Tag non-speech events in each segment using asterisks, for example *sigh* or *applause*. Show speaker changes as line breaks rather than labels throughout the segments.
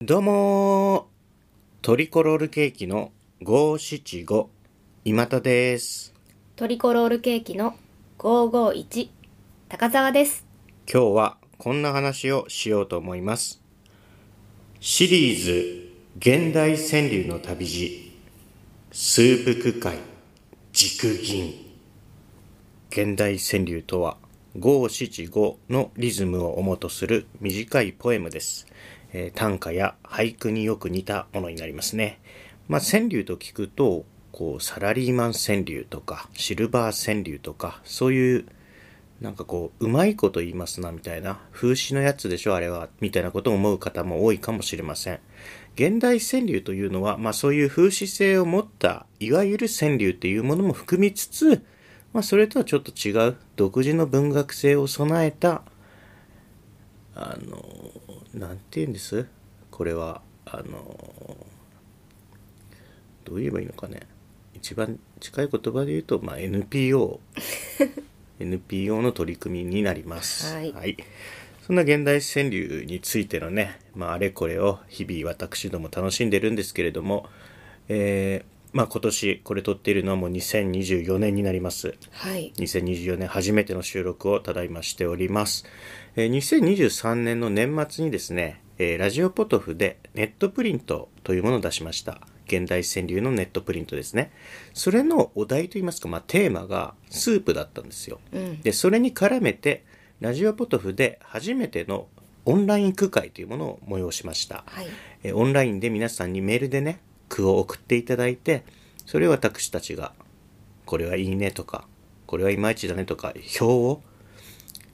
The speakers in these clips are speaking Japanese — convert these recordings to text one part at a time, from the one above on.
どうもートリコロールケーキの575今田です
トリコロールケーキの551高澤です
今日はこんな話をしようと思いますシリーズ現代川柳の旅路スープ区会軸銀現代川柳とは575のリズムを主とする短いポエムです、えー短歌や俳句によく似たものになりますね、まあ、川柳と聞くとこうサラリーマン川柳とかシルバー川柳とかそういうなんかこううまいこと言いますなみたいな風刺のやつでしょあれはみたいなことを思う方も多いかもしれません現代川柳というのは、まあ、そういう風刺性を持ったいわゆる川柳というものも含みつつまあ、それとはちょっと違う独自の文学性を備えたあのなんて言うんですこれはあのどう言えばいいのかね一番近い言葉で言うと、まあ、NPO
*laughs*
NPO の取り組みになります、
はい
そんな現代川柳についてのね、まあ、あれこれを日々私ども楽しんでるんですけれども、えーまあ、今年これ撮っているのはもう2024年になります
はい
2024年初めての収録をただいましております。えー2023年の年末にですね、えーラジオポトフでネットプリントというものを出しました。現代川柳のネットプリントですね。それのお題といいますか、まあ、テーマがスープだったんですよ。
うん
で、それに絡めて、ラジオポトフで初めてのオンライン区会というものを催しました。
はい
えーオンラインで皆さんにメールでね句を送っていただいてそれを私たちがこれはいいねとかこれはいまいちだねとか表を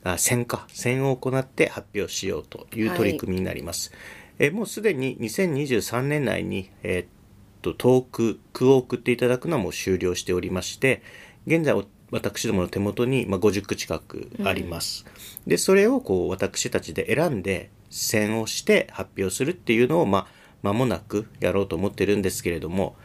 あ線か線を行って発表しようという取り組みになります、えーもうすでに2023年内に、えーっとトーク句を送っていただくのはもう終了しておりまして現在お私どもの手元に、まあ、50句近くあります、でそれをこう私たちで選んで選をして発表するっていうのをまあ間もなくやろうと思ってるんですけれども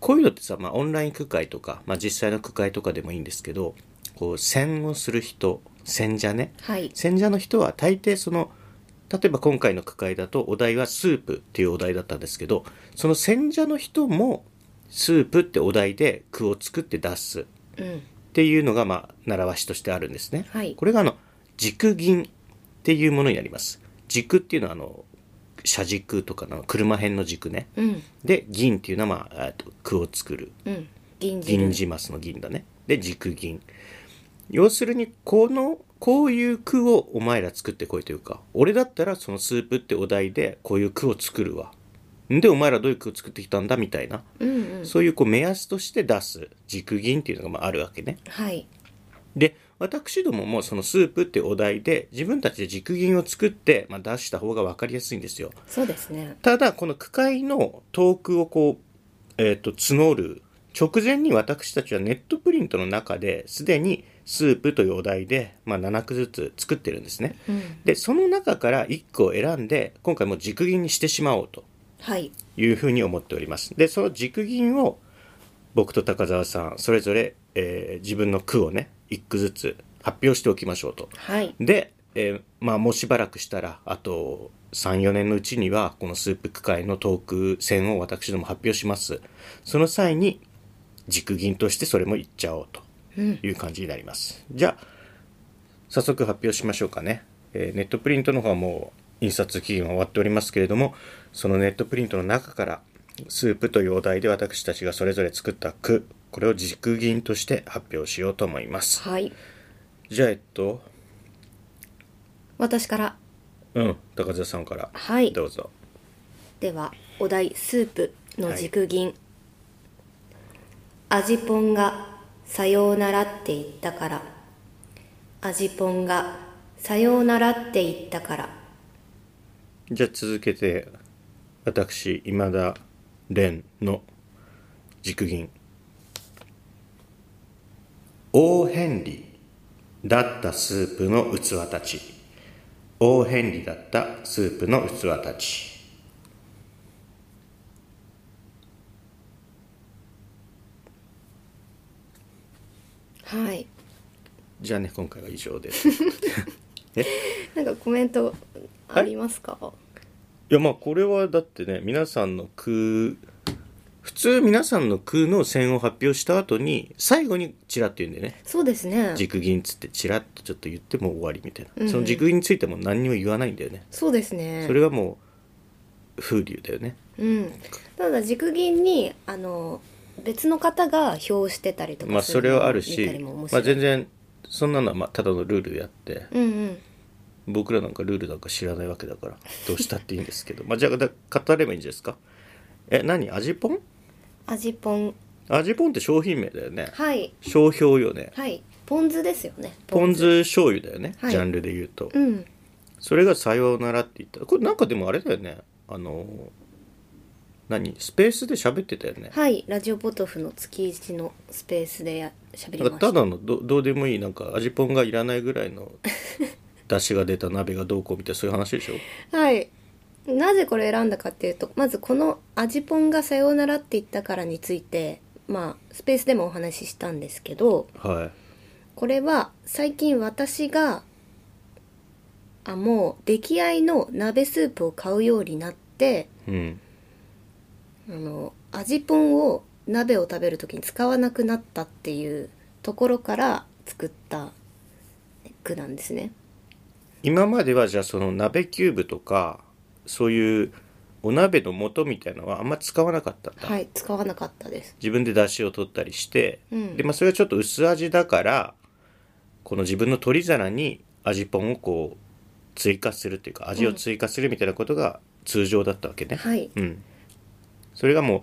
こういうのってさ、まあ、オンライン区会とか、まあ、実際の区会とかでもいいんですけどこう選をする人選者ね
はい
選者の人は大抵その例えば今回の区会だとお題はスープっていうお題だったんですけどその選者の人もスープってお題で句を作って出す
うん
っていうのが、まあ、習わしとしてあるんですね。
はい
これが、あの、軸銀っていうものになります。軸っていうのは、あの、車軸とかの車編の軸ね。
うん
で、銀っていうのは、まあ、えっと句を作る。
うん銀じ
銀
る
じますの銀だね。で、軸銀。要するに、この、こういう句をお前ら作ってこいというか、俺だったらそのスープってお題でこういう句を作るわ。んで、お前らどういう句を作ってきたんだみたいな。
うんうん
そういうこう目安として出す軸銀っていうのがまああるわけね。
はい
で私どももそのスープってお題で自分たちで軸銀を作って、まあ、出した方が分かりやすいんですよ
そうですね
ただこの区会のトークをこう、えー、と募る直前に私たちはネットプリントの中ですでにスープというお題で、まあ、7句ずつ作ってるんですね
うん
でその中から1個を選んで今回もう軸銀にしてしまおうと
はい
いうふうに思っております。で、その軸銀を僕と高澤さん、それぞれ、えー自分の句をね、一句ずつ発表しておきましょうと。
はい
で、えーまあもうしばらくしたら、あと3、4年のうちには、このスープ区会のトーク戦を私ども発表します。その際に、軸銀としてそれもいっちゃおうと
うん
いう感じになります。じゃあ、早速発表しましょうかね。えーネットプリントの方はもう印刷期限は終わっておりますけれども、そのネットプリントの中から、スープというお題で私たちがそれぞれ作った句、これを軸銀として発表しようと思います。
はい
じゃあ、えっと、
私から
うん、高田さんから、
はい
どうぞ。
ではお題スープの軸銀、味ぽんがさようならって言ったから味ぽんがさようならって言ったから
じゃあ続けて、私、今田蓮の軸銀。大変利だったスープの器たち。大変利だったスープの器たち。
はい
じゃあね、今回は
*laughs*
以上です。
なんかコメントありますか
いやまあこれはだってね皆さんの空普通皆さんの空の線を発表した後に最後にチラッと言うんでね
そうですね
軸銀つってチラッとちょっと言ってもう終わりみたいな、
ん
その軸銀についても何にも言わないんだよね
そうですね
それがもう風流だよね
うんただ軸銀にあの別の方が表してたりとか
まあそれはある
見た
し
りも面、
ま
白
あ、
い
全然そんなのはまあただのルールやって
うんうん
僕らなんかルールなんか知らないわけだからどうしたっていいんですけど *laughs* まあじゃあだ語ればいいんじゃないですかえ何味ぽん
味ぽん
味ぽんって商品名だよね
はい
商標よね
はいポン酢ですよね
ポン酢醤油だよね、
はい
ジャンルで言うと、
うん
それが「さようなら」って言ったこれなんかでもあれだよねあの何スペースで喋ってたよね
はいラジオポトフの月一のスペースでや喋り
なん
ま
か
した
ただのどどうでもいいなんか味ぽんがいらないぐらいの出汁が出た鍋がどうこうみたいなそういう話でしょ
はいなぜこれ選んだかっていうとまずこの「味ぽんがさようなら」って言ったからについてまあスペースでもお話ししたんですけど
はい
これは最近私があもう出来合いの鍋スープを買うようになって
うん、
あの味ぽんを鍋を食べる時に使わなくなったっていうところから作った句なんですね。
今まではじゃあその鍋キューブとかそういうお鍋の素みたいなのはあんま使わなかったんだ、
はい使わなかったです。
自分で出汁を取ったりして、
うん
でまあ、それがちょっと薄味だからこの自分の取り皿に味ぽんをこう追加するというか味を追加するみたいなことが通常だったわけね、
はい
うん、それがもう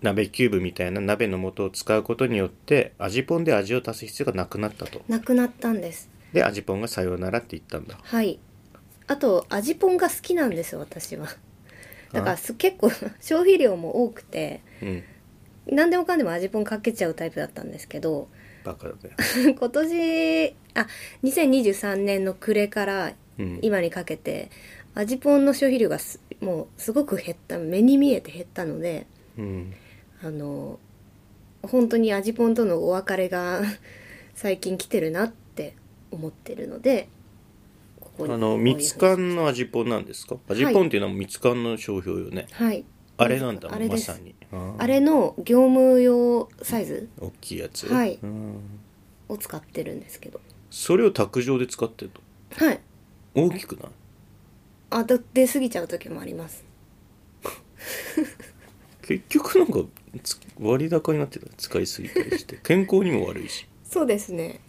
鍋キューブみたいな鍋の素を使うことによって味ぽんで味を足す必要がなくなったと
なくなったんです。
で味ぽんが「さようなら」って言ったんだ
はい。あと味ぽんが好きなんですよ私は。だからす結構 *laughs* 消費量も多くて
うん
何でもかんでも味ぽんかけちゃうタイプだったんですけど
バカだね
*laughs* 今年あ2023年の暮れから
うん
今にかけて味ぽんの消費量がすもうすごく減った目に見えて減ったので
うん
あの本当に味ぽんとのお別れが *laughs* 最近来てるなって思ってるので *laughs* ここに
あ
こ
の
ういう
みつかんの味ぽんなんですか味ぽんっていうのはみつかんの商標よね、
はい
あれなんだ
あれ
ま
です
さにあ
あれの業務用サイズ
大きいやつ、
はい
うん
を使ってるんですけど
それを卓上で使ってると
はい
大きくない
あだ出過ぎちゃう時もあります
結局なんかつ割高になってた使いすぎたりして
*laughs*
健康にも悪いし
そうですね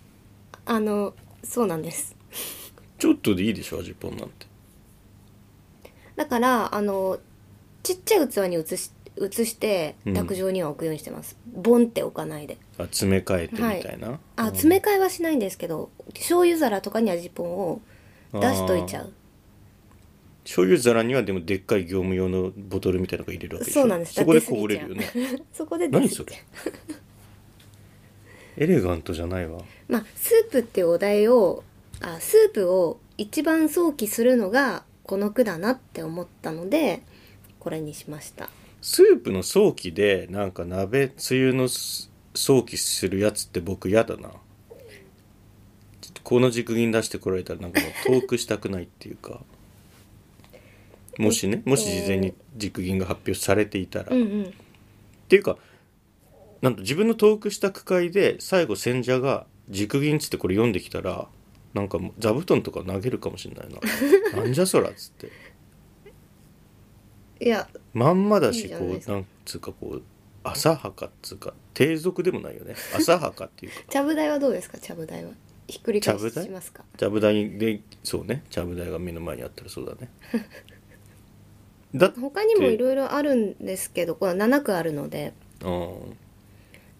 あのそうなんです
ちょっとでいいでしょ味ぽんなんて
だからあのちっちゃい器に移し移して
うん
卓上には置くようにしてます、ボンって置かないで
あ詰め替えてみたいな、
あ
うん
詰め替えはしないんですけど醤油皿とかに味ぽんを出しといちゃう
醤油皿にはでもでっかい業務用のボトルみたいなのが入れるわけでしょ
そうなんです
そこで
だって
こぼれるよね
*laughs* そこで出過
何
ぎ
そ
ち
れ
ゃう
エレガントじゃないわ
まあスープっていうお題をあスープを一番想起するのがこの句だなって思ったのでこれにしました
スープの早期でなんか鍋つゆのす早期するやつって僕嫌だなちょっとこの軸銀出してこられたらなんかもう遠くしたくないっていう
*laughs*
かもしねもし事前に軸銀が発表されていたら、
うんう
っ
ん
ていうかなんと自分の遠くした区会で最後選者が軸銀っつってこれ読んできたらなんかもう座布団とか投げるかもしれないななんじゃそらっつって
いや
まんまだし
いいじゃない
こ
です
う
か
なんつうかこう浅はかっつうか低俗でもないよ
*laughs*
ね浅はかっていうか
ちゃぶ台はどうですかちゃぶ台はひっくり返
ちゃぶ台
ししますか
ちゃぶ台でそうねちゃぶ台が目の前にあったらそうだねだって
他にもいろいろあるんですけどこの7句あるので、
うん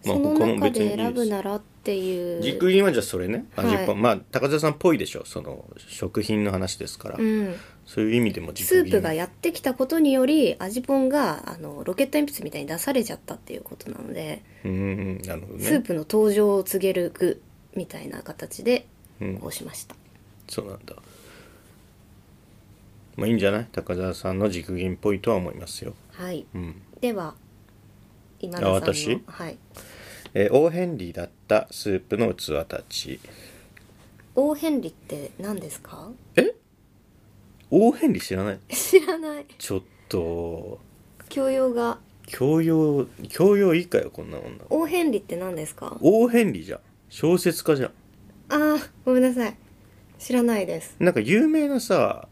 その中で
い
選
い
ぶ
です
ならっていう
軸銀はじゃあそれね
はい
味ぽん、まあ高田さんっぽいでしょその食品の話ですから、
うん、
そういう意味でも
ス
軸
ープ
銀
がやってきたことにより味ぽんがあのロケット鉛筆みたいに出されちゃったっていうことなので、
うんうんなるほど
スー
ね
プの登場を告げる具みたいな形で
うん
こうしました、
そうなんだまあいいんじゃない高田さんの軸銀っぽいとは思いますよ
はい
うん
では今田
あ
さんの
私
はい
えー、オーヘンリーだったスープの器たち
大ヘンリって何ですか
え大変理知らない
*laughs* 知らない
ちょっと
教養が
教養教養以下よこんな女
大変理って何ですか
大変理じゃん小説家じゃん
あーごめんなさい知らないです
なんか有名なさ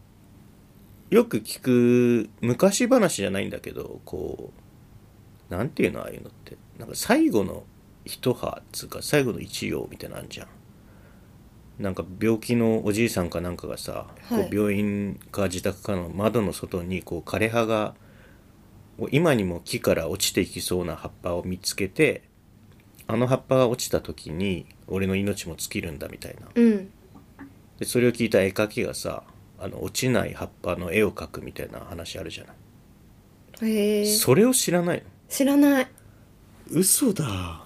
よく聞く昔話じゃないんだけどこうなんていうのああいうのってなんか最後の一波っつうか最後の一行みたいなのあんじゃんなんか病気のおじいさんかなんかがさ、
はい
こう病院か自宅かの窓の外にこう枯れ葉がこう今にも木から落ちていきそうな葉っぱを見つけてあの葉っぱが落ちた時に俺の命も尽きるんだみたいな
うん
でそれを聞いた絵描きがさあの落ちない葉っぱの絵を描くみたいな話あるじゃない、
へえ
それを知らないの
知らない
嘘だ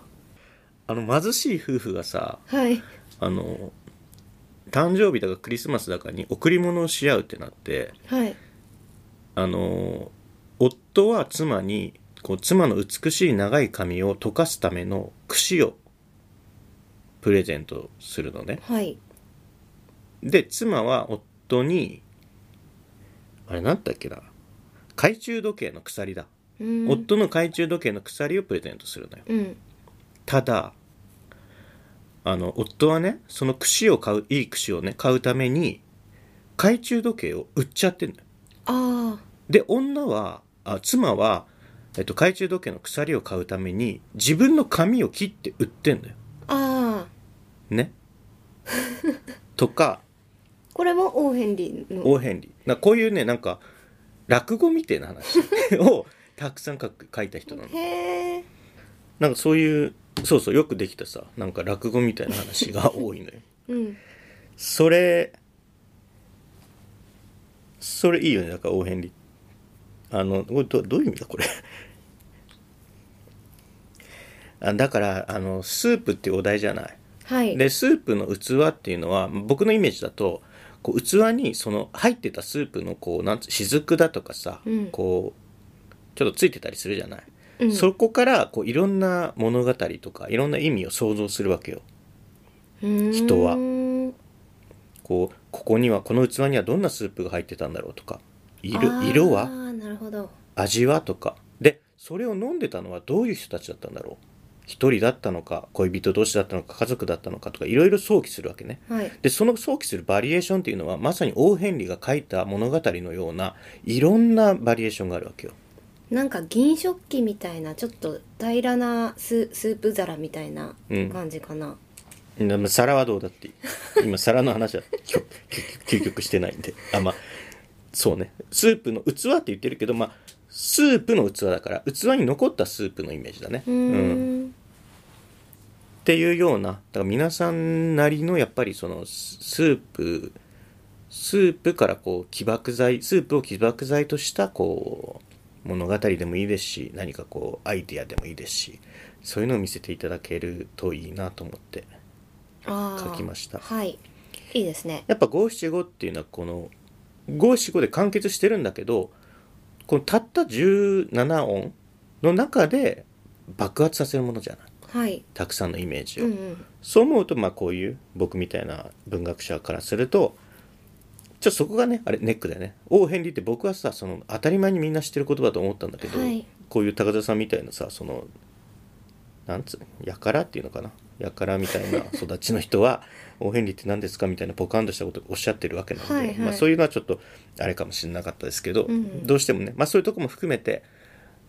あの貧しい夫婦がさ
はい
あの誕生日だかクリスマスだかに贈り物をし合うってなって
はい
あの夫は妻にこう妻の美しい長い髪を溶かすための櫛をプレゼントするのね
はい
で妻は夫にあれなんだっけな懐中時計の鎖だ、
うん
夫の懐中時計の鎖をプレゼントするのよ
うん
ただあの夫はねその櫛を買ういい櫛をね買うために懐中時計を売っちゃってんのよ
あ
で女はあ妻は、えっと、懐中時計の鎖を買うために自分の髪を切って売ってんのよ
あああ *laughs*
ねとか
これもオーヘンリーの
大変理なこういうねなんか落語みたいな話を *laughs* たくさん書く書いた人なの
へえ
なんかそういうそうそうよくできたさなんか落語みたいな話が多いのよ
うん
それそれいいよねだから大変理あのこれどどういう意味だこれ *laughs* あだからあのスープっていうお題じゃない
はい
でスープの器っていうのは僕のイメージだとこう器にその入ってたスープのこうなんつ雫だとかさ、
うん
こうちょっとついてたりするじゃない、
うん
そこからこういろんな物語とかいろんな意味を想像するわけよ人は
うーん
こうここにはこの器にはどんなスープが入ってたんだろうとか
あ
色
ー
色は
なるほど
味はとかでそれを飲んでたのはどういう人たちだったんだろう一人だったのか恋人同士だったのか家族だったのかとかいろいろ想起するわけね、
はい
でその想起するバリエーションっていうのはまさにオーヘンリーが書いた物語のようないろんなバリエーションがあるわけよ
なんか銀食器みたいなちょっと平らなススープ皿みたいな
うん
感じかな、
でも皿はどうだっていい今皿の話はきょきゅ究極してないんであまあそうねスープの器って言ってるけどまあスープの器だから器に残ったスープのイメージだね
うーん
うんっていうようなだから皆さんなりのやっぱりそのススープスープからこう起爆剤スープを起爆剤としたこう物語でもいいですし何かこうアイディアでもいいですしそういうのを見せていただけるといいなと思って
あー
書きました
はいいいですね
やっぱ五七五っていうのはこの五七五で完結してるんだけどこのたった17音の中で爆発させるものじゃない
はい
たくさんのイメージ
う
を。
んうん
そう思うとまあこういう僕みたいな文学者からするとちょっとそこがねあれネックだよね王ヘンリーって僕はさその当たり前にみんな知ってる言葉だと思ったんだけど、
はい
こういう高田さんみたいなさそのなんつうやからっていうのかなやからみたいな育ちの人
*laughs*
は「王ヘンリーって何ですか?」みたいなポカンとしたことをおっしゃってるわけなんで、
はいはい
まあ、そういうのはちょっとあれかもしれなかったですけど、
うんうん
どうしてもね、まあ、そういうとこも含めて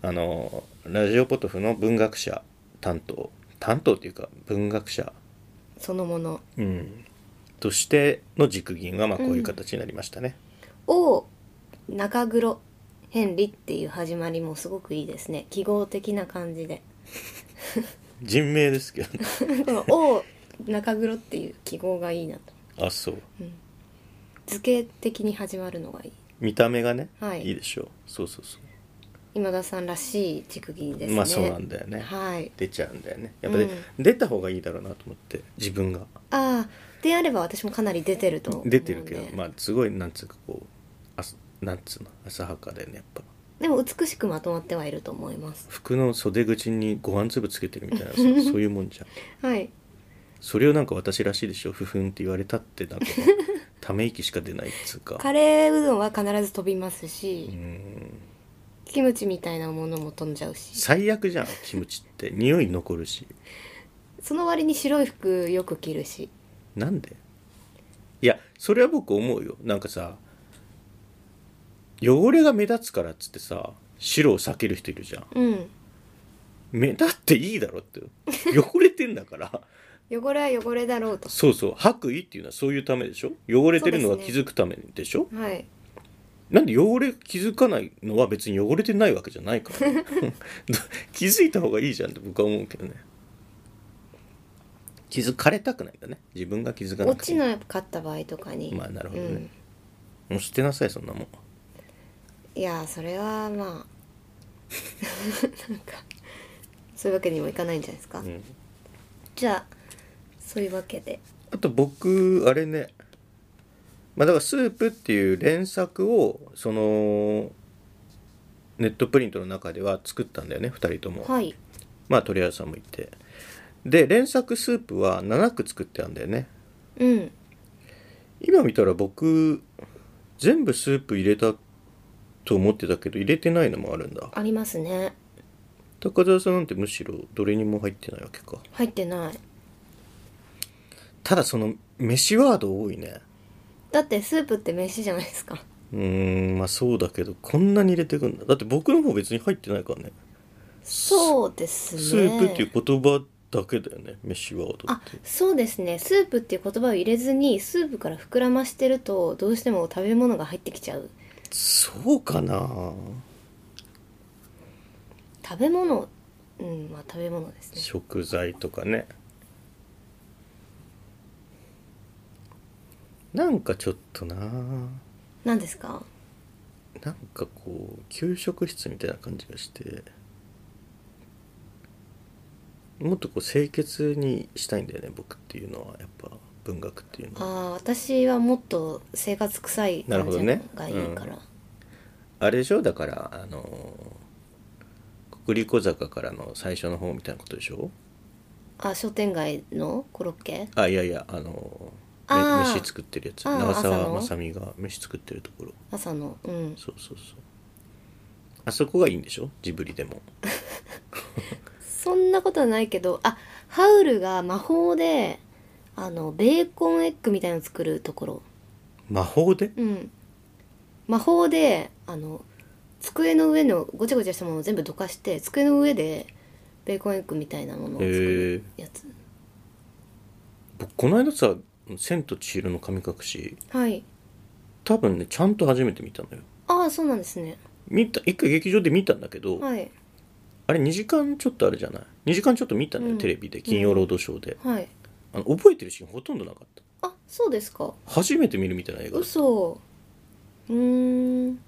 あのラジオポトフの文学者担当担当というか文学者、
そのもの
うん、としての軸銀はまあこういう形になりましたね。
を中黒ヘンリっていう始まりもすごくいいですね記号的な感
*laughs*
じで
人名ですけど、
*laughs*
ね、
でも「を中黒」っていう記号がいいなと
あそう
図形的に始まるのがいい
見た目がね、
はい
いでしょうそうそうそう
今田さんらしい軸銀ですね
まあそうなんだよね、
はい
出ちゃうんだよねやっぱり、
うん
出た方がいいだろうなと思って自分が
ああであれば私もかなり出てると思うんで
出てるけど、まあすごいなんつうかこうあすなんつうの浅はかだよねやっぱ
でも美しくまとまってはいると思います
服の袖口にご飯粒つけてるみたいなさ
*laughs*
そういうもんじゃん
はい *laughs*
それをなんか私らしいでしょ不憤って言われたってなんかため息しか出ないっつうか
カレーうどんは必ず飛びますし、
うん
キムチみたいなものも飛んじゃうし
最悪じゃんキムチって匂い残るし
その割に白い服よく着るし
なんでいやそれは僕思うよなんかさ汚れが目立つからっつってさ白を避ける人いるじゃん
うん
目立っていいだろ
*laughs*
って汚れてんだから
汚れは汚れだろうと
そうそう白衣っていうのはそういうためでしょ汚れてるのは
そうで
気
す
づくためでしょ
はい
なんで汚れ気づかないのは別に汚れてないわけじゃないから
*laughs*
気づいた方がいいじゃんって僕は思うけどね気づかれたくないんだね自分が気づかな
落
くて
ち
も
なかった場合とかに
まあなるほどね、もう捨てなさいそんなもん
うん、いやーそれはまあ *laughs* なんかそういうわけにもいかないんじゃないですか、
ん
じゃあそういうわけで
あと僕あれねまあだから「スープ」っていう連作をそのネットプリントの中では作ったんだよね2人とも、
はい
まあ鳥谷さんもいてで連作「スープ」は7句作ってあるんだよね
うん
今見たら僕全部スープ入れたと思ってたけど入れてないのもあるんだ
ありますね
高澤さんなんてむしろどれにも入ってないわけか
入ってない
ただその飯ワード多いね
だってスープって飯じゃないですか
うーんまあそうだけどこんなに入れてくんだだって僕の方別に入ってないからね
そうですね
スープっていう言葉だけだよね飯ワード
あ
って
そうですねスープっていう言葉を入れずにスープから膨らましてるとどうしても食べ物が入ってきちゃう
そうかな
食べ物うんまあ食べ物ですね
食材とかねなんかちょっとな
何ですか
なんかこう給食室みたいな感じがしてもっとこう清潔にしたいんだよね僕っていうのはやっぱ文学っていうの
あ
は
あ私はもっと生活臭い
なる
感
ほど
じ
ね
がいいから、
あれでしょだからあのー国立小坂からの最初の方みたいなことでしょ
あ商店街のコロッケ
あいやいやあのーめ
あー
飯作ってるやつ
あー
長
朝
澤
の
まさみが飯作ってるところ
朝のうん
そうそうそうあそこがいいんでしょジブリでも
そんなことはないけどあハウルが魔法であのベーコンエッグみたいなの作るところ
魔法で
うん魔法であの机の上のごちゃごちゃしたものを全部どかして机の上でベーコンエッグみたいなものを作るやつ、
僕この間さ「千と千尋の神隠し
はい」
多分ねちゃんと初めて見たのよ
ああそうなんですね
見た一回劇場で見たんだけど、
はい
あれ2時間ちょっとあるじゃない2時間ちょっと見たのよ、
うん
テレビで金曜ロードショーで、
はい
あの覚えてるシーンほとんどなかった
あそうですか
初めて見るみたいな映画
嘘うーん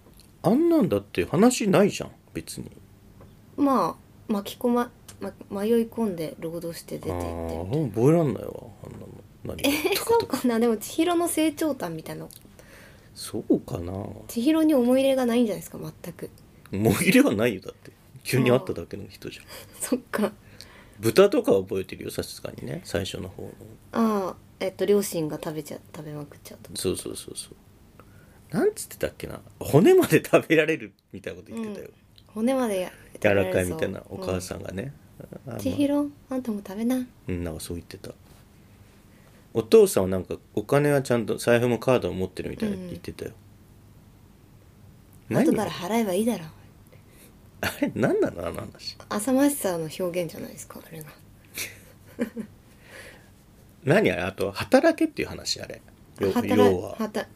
あんなんだって話ないじゃん別に
まあ巻き込ま、ま、迷い込んで労働して出てい
ああ
って
ーもう覚えらんないわあんなの何
え
とか
そ
と
う
か
かなでも千尋の成長譚みたいな
そうかな
千尋に思い入れがないんじゃないですか全く *laughs*
もう入れはないよだって急に会っただけの人じゃん
そっか
豚とかは覚えてるよさすがにね最初の方の
ああえっと両親が食べちゃ食べまくっちゃうと
そうそうそうそうなんつってたっけな骨まで食べられるみたいなこと言ってたよ、
骨までや
柔らかいみたいなお母
ん、
さんがね、あま
う
あ
ん、千尋あんたも食べな
うんなんかそう言ってたお父さんはなんかお金はちゃんと財布もカードも持ってるみたいなって言ってたよ、何
後から払えばいいだろ
あれ何なのあの話
浅ましさの表現じゃないですかあれが
何あれあと働けっていう話あれよ
働
要は
働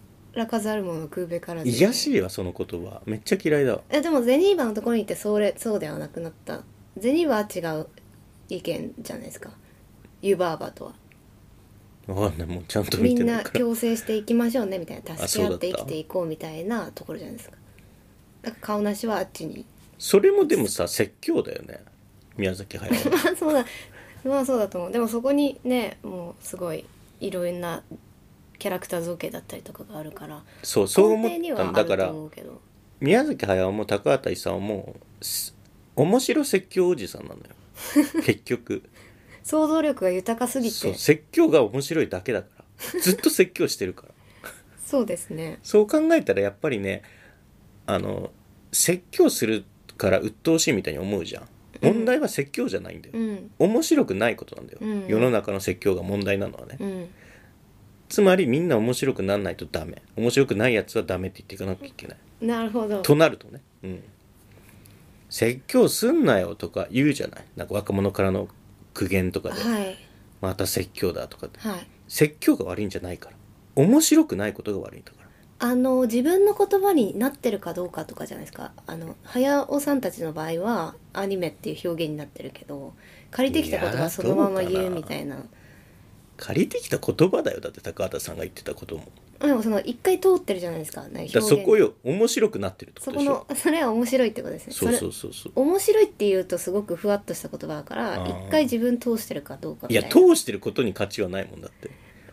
かざる者食うべからず
癒やしいわその言葉めっちゃ嫌いだわ
えでもゼニーバのところに行ってそれそうではなくなったゼニーバは違う意見じゃないですかユバーバとは
わかんないもうちゃんと
み
見て
ん
ない
な
から
共生していきましょうねみたいな
あ
助け合って
そうだった
生きていこうみたいなところじゃないですかだから顔なしはあっちに *laughs*
それもでもさ説教だよね宮崎駿
*laughs*
は
まあそうだまあそうだと思うでもそこにねもうすごいいろんなキャラクター造形だったりとかがあるから
そうそう
根
思っ
底に
た
は
ん
あ
だ
る
から
と思うけど
宮崎駿も高畑勲もす面白説教おじさんなの
*laughs*
よ結局
想像力が豊かすぎ
そう
て *laughs*
説教が面白いだけだからずっと説教してるから
そうですね
そう考えたらやっぱりねあの説教するから鬱陶しいみたいに思うじゃん
うん
問題は説教じゃないんだよ、
うん
面白くないことなんだよ、
うん
世の中の説教が問題なのはね、
うん
つまりみんな面白くなんないとダメ面白くないやつはダメって言っていかなきゃいけない、
なるほど
となるとね、うん、説教すんなよとか言うじゃないなんか若者からの苦言とかで、
はい
また説教だとかって
はい
説教が悪いんじゃないから面白くないことが悪いんだから
あの自分の言葉になってるかどうかとかじゃないですかあの早尾さんたちの場合はアニメっていう表現になってるけど借りてきたこと
い
が
や
そのまま言
どう
う
かな
みたいな
借りてきた言葉だよだって高畑さんが言ってたことも
でもその一回通ってるじゃないですかなん
だ
か表
から
現
そこよ面白くなってるってこ
そ
と
こ
でしょ
のそれは面白いってことですね
そうそう
れ
そうそう
面白いって言うとすごくふわっとした言葉だから
あー
一回自分通してるかどうか
い
みたい
や
な
通してることに価値はないもんだって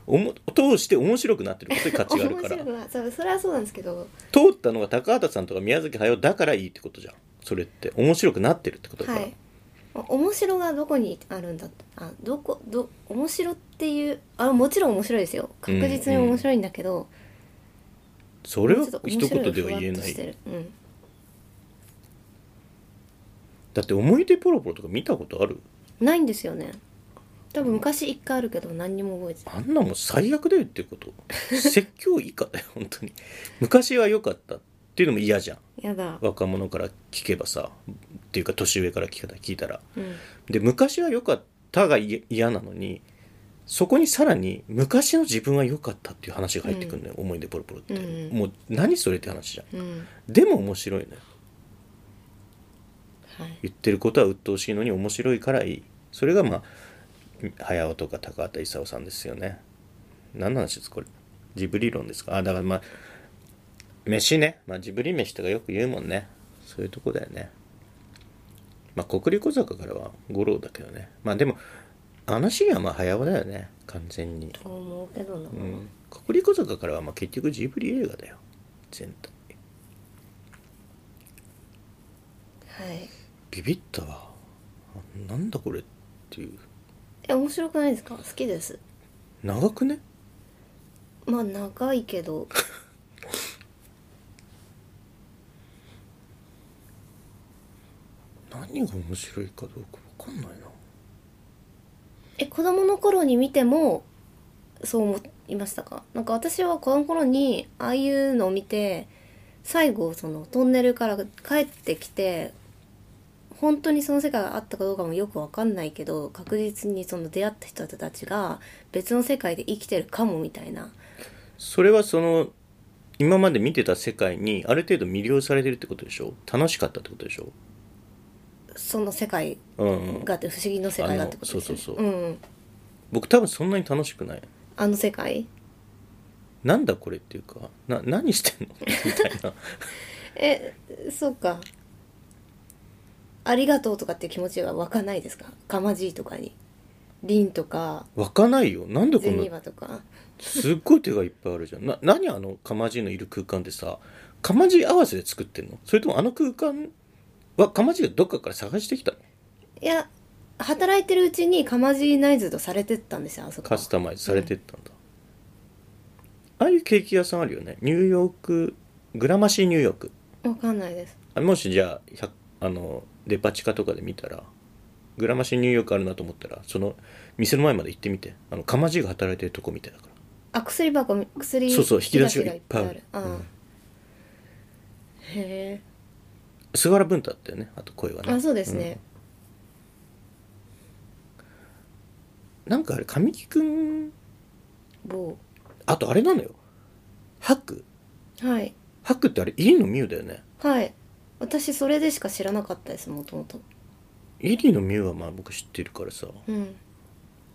おも通して面白くなってることに価値があるから
*laughs* 面白くはそうそれはそうなんですけど
通ったのが高畑さんとか宮崎駿だからいいってことじゃんそれって面白くなってるってことだか
は
ら、
いお面白がどこにあるんだあどこど面白っていうあもちろん面白いですよ確実に面白いんだけど、
それ
も
は
うちょっと面
一
白い
言では言え
ふわっと
な
して
い
るうん
だって思い出ポロポロとか見たことある
ないんですよね多分昔一回あるけど何にも覚えてない
あんなもん最悪だよっていうこと説教以下だよ本当に昔は良かったっていうのも嫌じゃん
やだ
若者から聞けばさっていうか年上から聞けた聞いたら
うん
で昔は良かったがい嫌なのにそこにさらに昔の自分は良かったっていう話が入ってくるのよ、思い出ポロポロって、
うんうん
もう何それって話じゃん
うん
でも面白いのよ
はい
言ってることは鬱陶しいのに面白いからいいそれがまあ早尾とか高畑勲さんですよね何の話ですこれジブリ論ですかあだからまあ飯ね、まあ、ジブリ飯とかよく言うもんねそういうとこだよねまあ国立小坂からは五郎だけどねまあでもあのシーンはまあ早尾だよね完全に
と思うけどな、
うん国立小坂からはまあ結局ジブリ映画だよ全体
はい
ビビったわあなんだこれっていう
え面白くないですか好きです
長くね
まあ長いけど
何が面白いかどうか分かんないな
え子供の頃に見てもそう思いましたかなんか私は子供の頃にああいうのを見て最後そのトンネルから帰ってきて本当にその世界があったかどうかもよくわかんないけど確実にその出会った人たちが別の世界で生きてるかもみたいな
それはその今まで見てた世界にある程度魅了されてるってことでしょ楽しかったってことでしょ
その世界
うん、うん、
がって不思議の世界がってことですよ
あ
ね、
のそうそうそうん僕多分そんなに楽しくない
あの世界
なんだこれっていうかな何してんの *laughs* みたいな
えそうかありがとうとかっていう気持ちは湧かないですかかまじいとかに凛とか
湧かないよなんでこ
ゼ
ん
ニ
な
バとか
すっごい手がいっぱいあるじゃんな何あのかまじいのいる空間ってさかまじい合わせで作ってんのそれともあの空間はかまじいがどっかから探してきたの
いや働いてるうちにかまじい内ズとされてったんですよあそこ
カスタマイズされてったんだ、ああいうケーキ屋さんあるよねニューヨークグラマシーニューヨーク
わかんないです
あもしじゃあ100あのデパ地下とかで見たらグラマシーニューヨークあるなと思ったらその店の前まで行ってみてあのかまじいが働いてるとこみたいだから
あ薬箱薬
そうそう引き出しがいっぱいある
あ
うん
へ
菅原文太だったよねあと声は
え
ね
あそうですね、、
うんなんかあれ神木くん
某
あとあれなのよハク
はい
ハクってあれイリのミュウだよね
はい私それでしか知らなかったですもともと
イリのミュウはまあ僕知ってるからさ
うん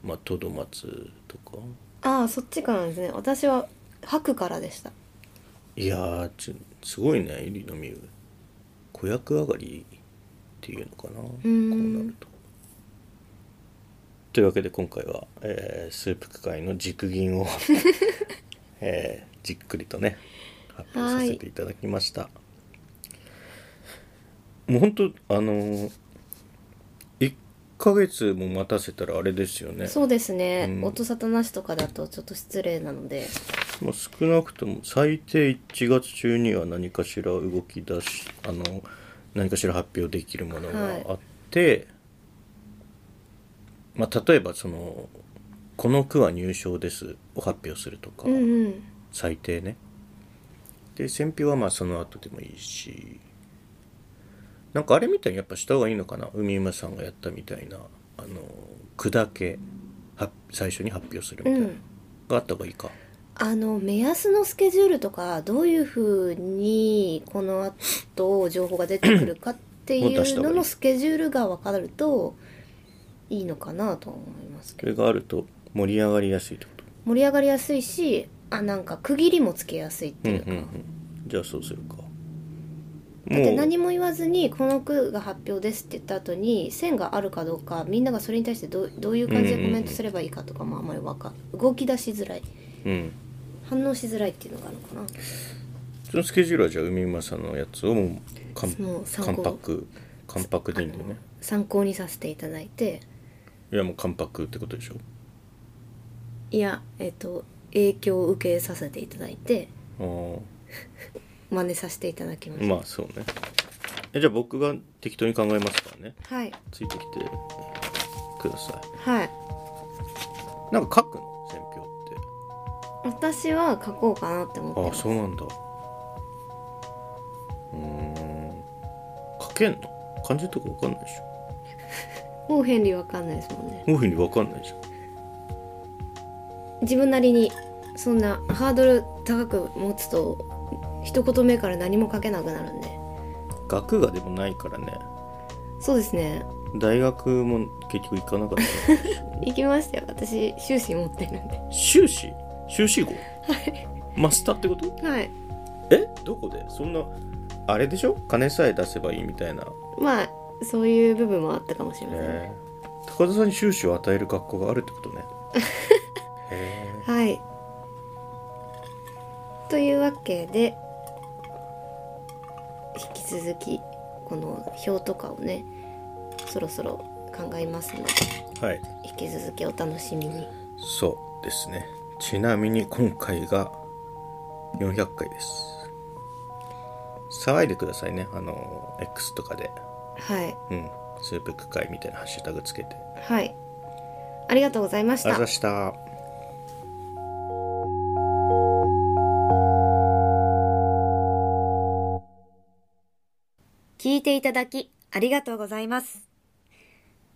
まあトドマツとか
ああそっちからなんですね私は白からでした
いやーちすごいね入野美優子役上がりっていうのかなこう
ーん
なると。というわけで今回は、えースープ区会の軸銀を、えーじっくりとね発表させていただきました。もう本当あのー、1ヶ月も待たせたらあれですよね。
そうですね、
うん
音沙汰なしとかだとちょっと失礼なので
まあ、少なくとも最低1月中には何かしら動き出しあの何かしら発表できるものがあって、まあ、例えばその「この句は入賞です」を発表するとか、
うんうん
最低ねで選票はまあその後でもいいしなんかあれみたいにやっぱした方がいいのかな海馬さんがやったみたいなあの句だけは最初に発表するみたいな、
うん
があった方がいいか
あの目安のスケジュールとかどういうふうにこの後情報が出てくるかってい
もう出し
う
た方が
の
い
の
い
スケジュールが分かるといいのかなとは思いますけ
そ
ど
れがあると盛り上がりやすいってこと
盛り上がりやすいしあなんか区切りもつけやすいっていうか、
じゃあそうするか
だって
もう
何も言わずにこの句が発表ですって言った後に線があるかどうかみんながそれに対してどうどういう感じでコメントすればいいかとかもあんまりわか動き出しづらい
うん
反応しづらいっていうのがあるのかな
そのスケジュールはじゃあ海馬さんのやつをもうかん
もう参考
関白関白でいいんだよね
参考にさせていただいて
いやもう関白ってことでしょ
いやえっ、と影響を受けさせていただいて
ああ
真似させていただきました、
まあそうねえじゃあ僕が適当に考えますからね
はい
ついてきてくださ
はい
いなんか書くの選票っ
私は書こうかなって思って
てあ
ま
あ
す
そうなんだうーん書けんの漢字とかわかんないでしょ
もうヘンリーわかんないですもんね
こういうふうにわかんないじゃん
自分なりにそんなハードル高く持つと一言目から何も書けなくなるんで
学がでもないからね
そうですね
大学も結局行かなかったし
行きましたよ私修士持ってるんで
*laughs* 修士修士号マスターってこと
はい
えどこでそんなあれでしょ金さえ出せばいいみたいな
まあそういう部分もあったかもしれません、
へー高田さんに収支を与える学校があるって *laughs* ことねへえ
はいというわけで引き続きこの表とかをねそろそろ考えますので
はい
引き続きお楽しみに
そうですねちなみに今回が400回です騒いでくださいねあの X とかで
はい
うんスープ区会みたいなハッシュタグつけて
はいありがとうございまし
あ
た
ざした
聞いていただきありがとうございます。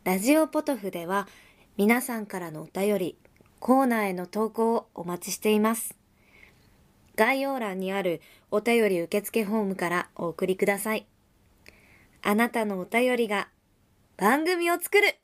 ラジオポトフでは皆さんからのお便り、コーナーへの投稿をお待ちしています。概要欄にあるお便り受付フォームからお送りください。あなたのお便りが番組を作る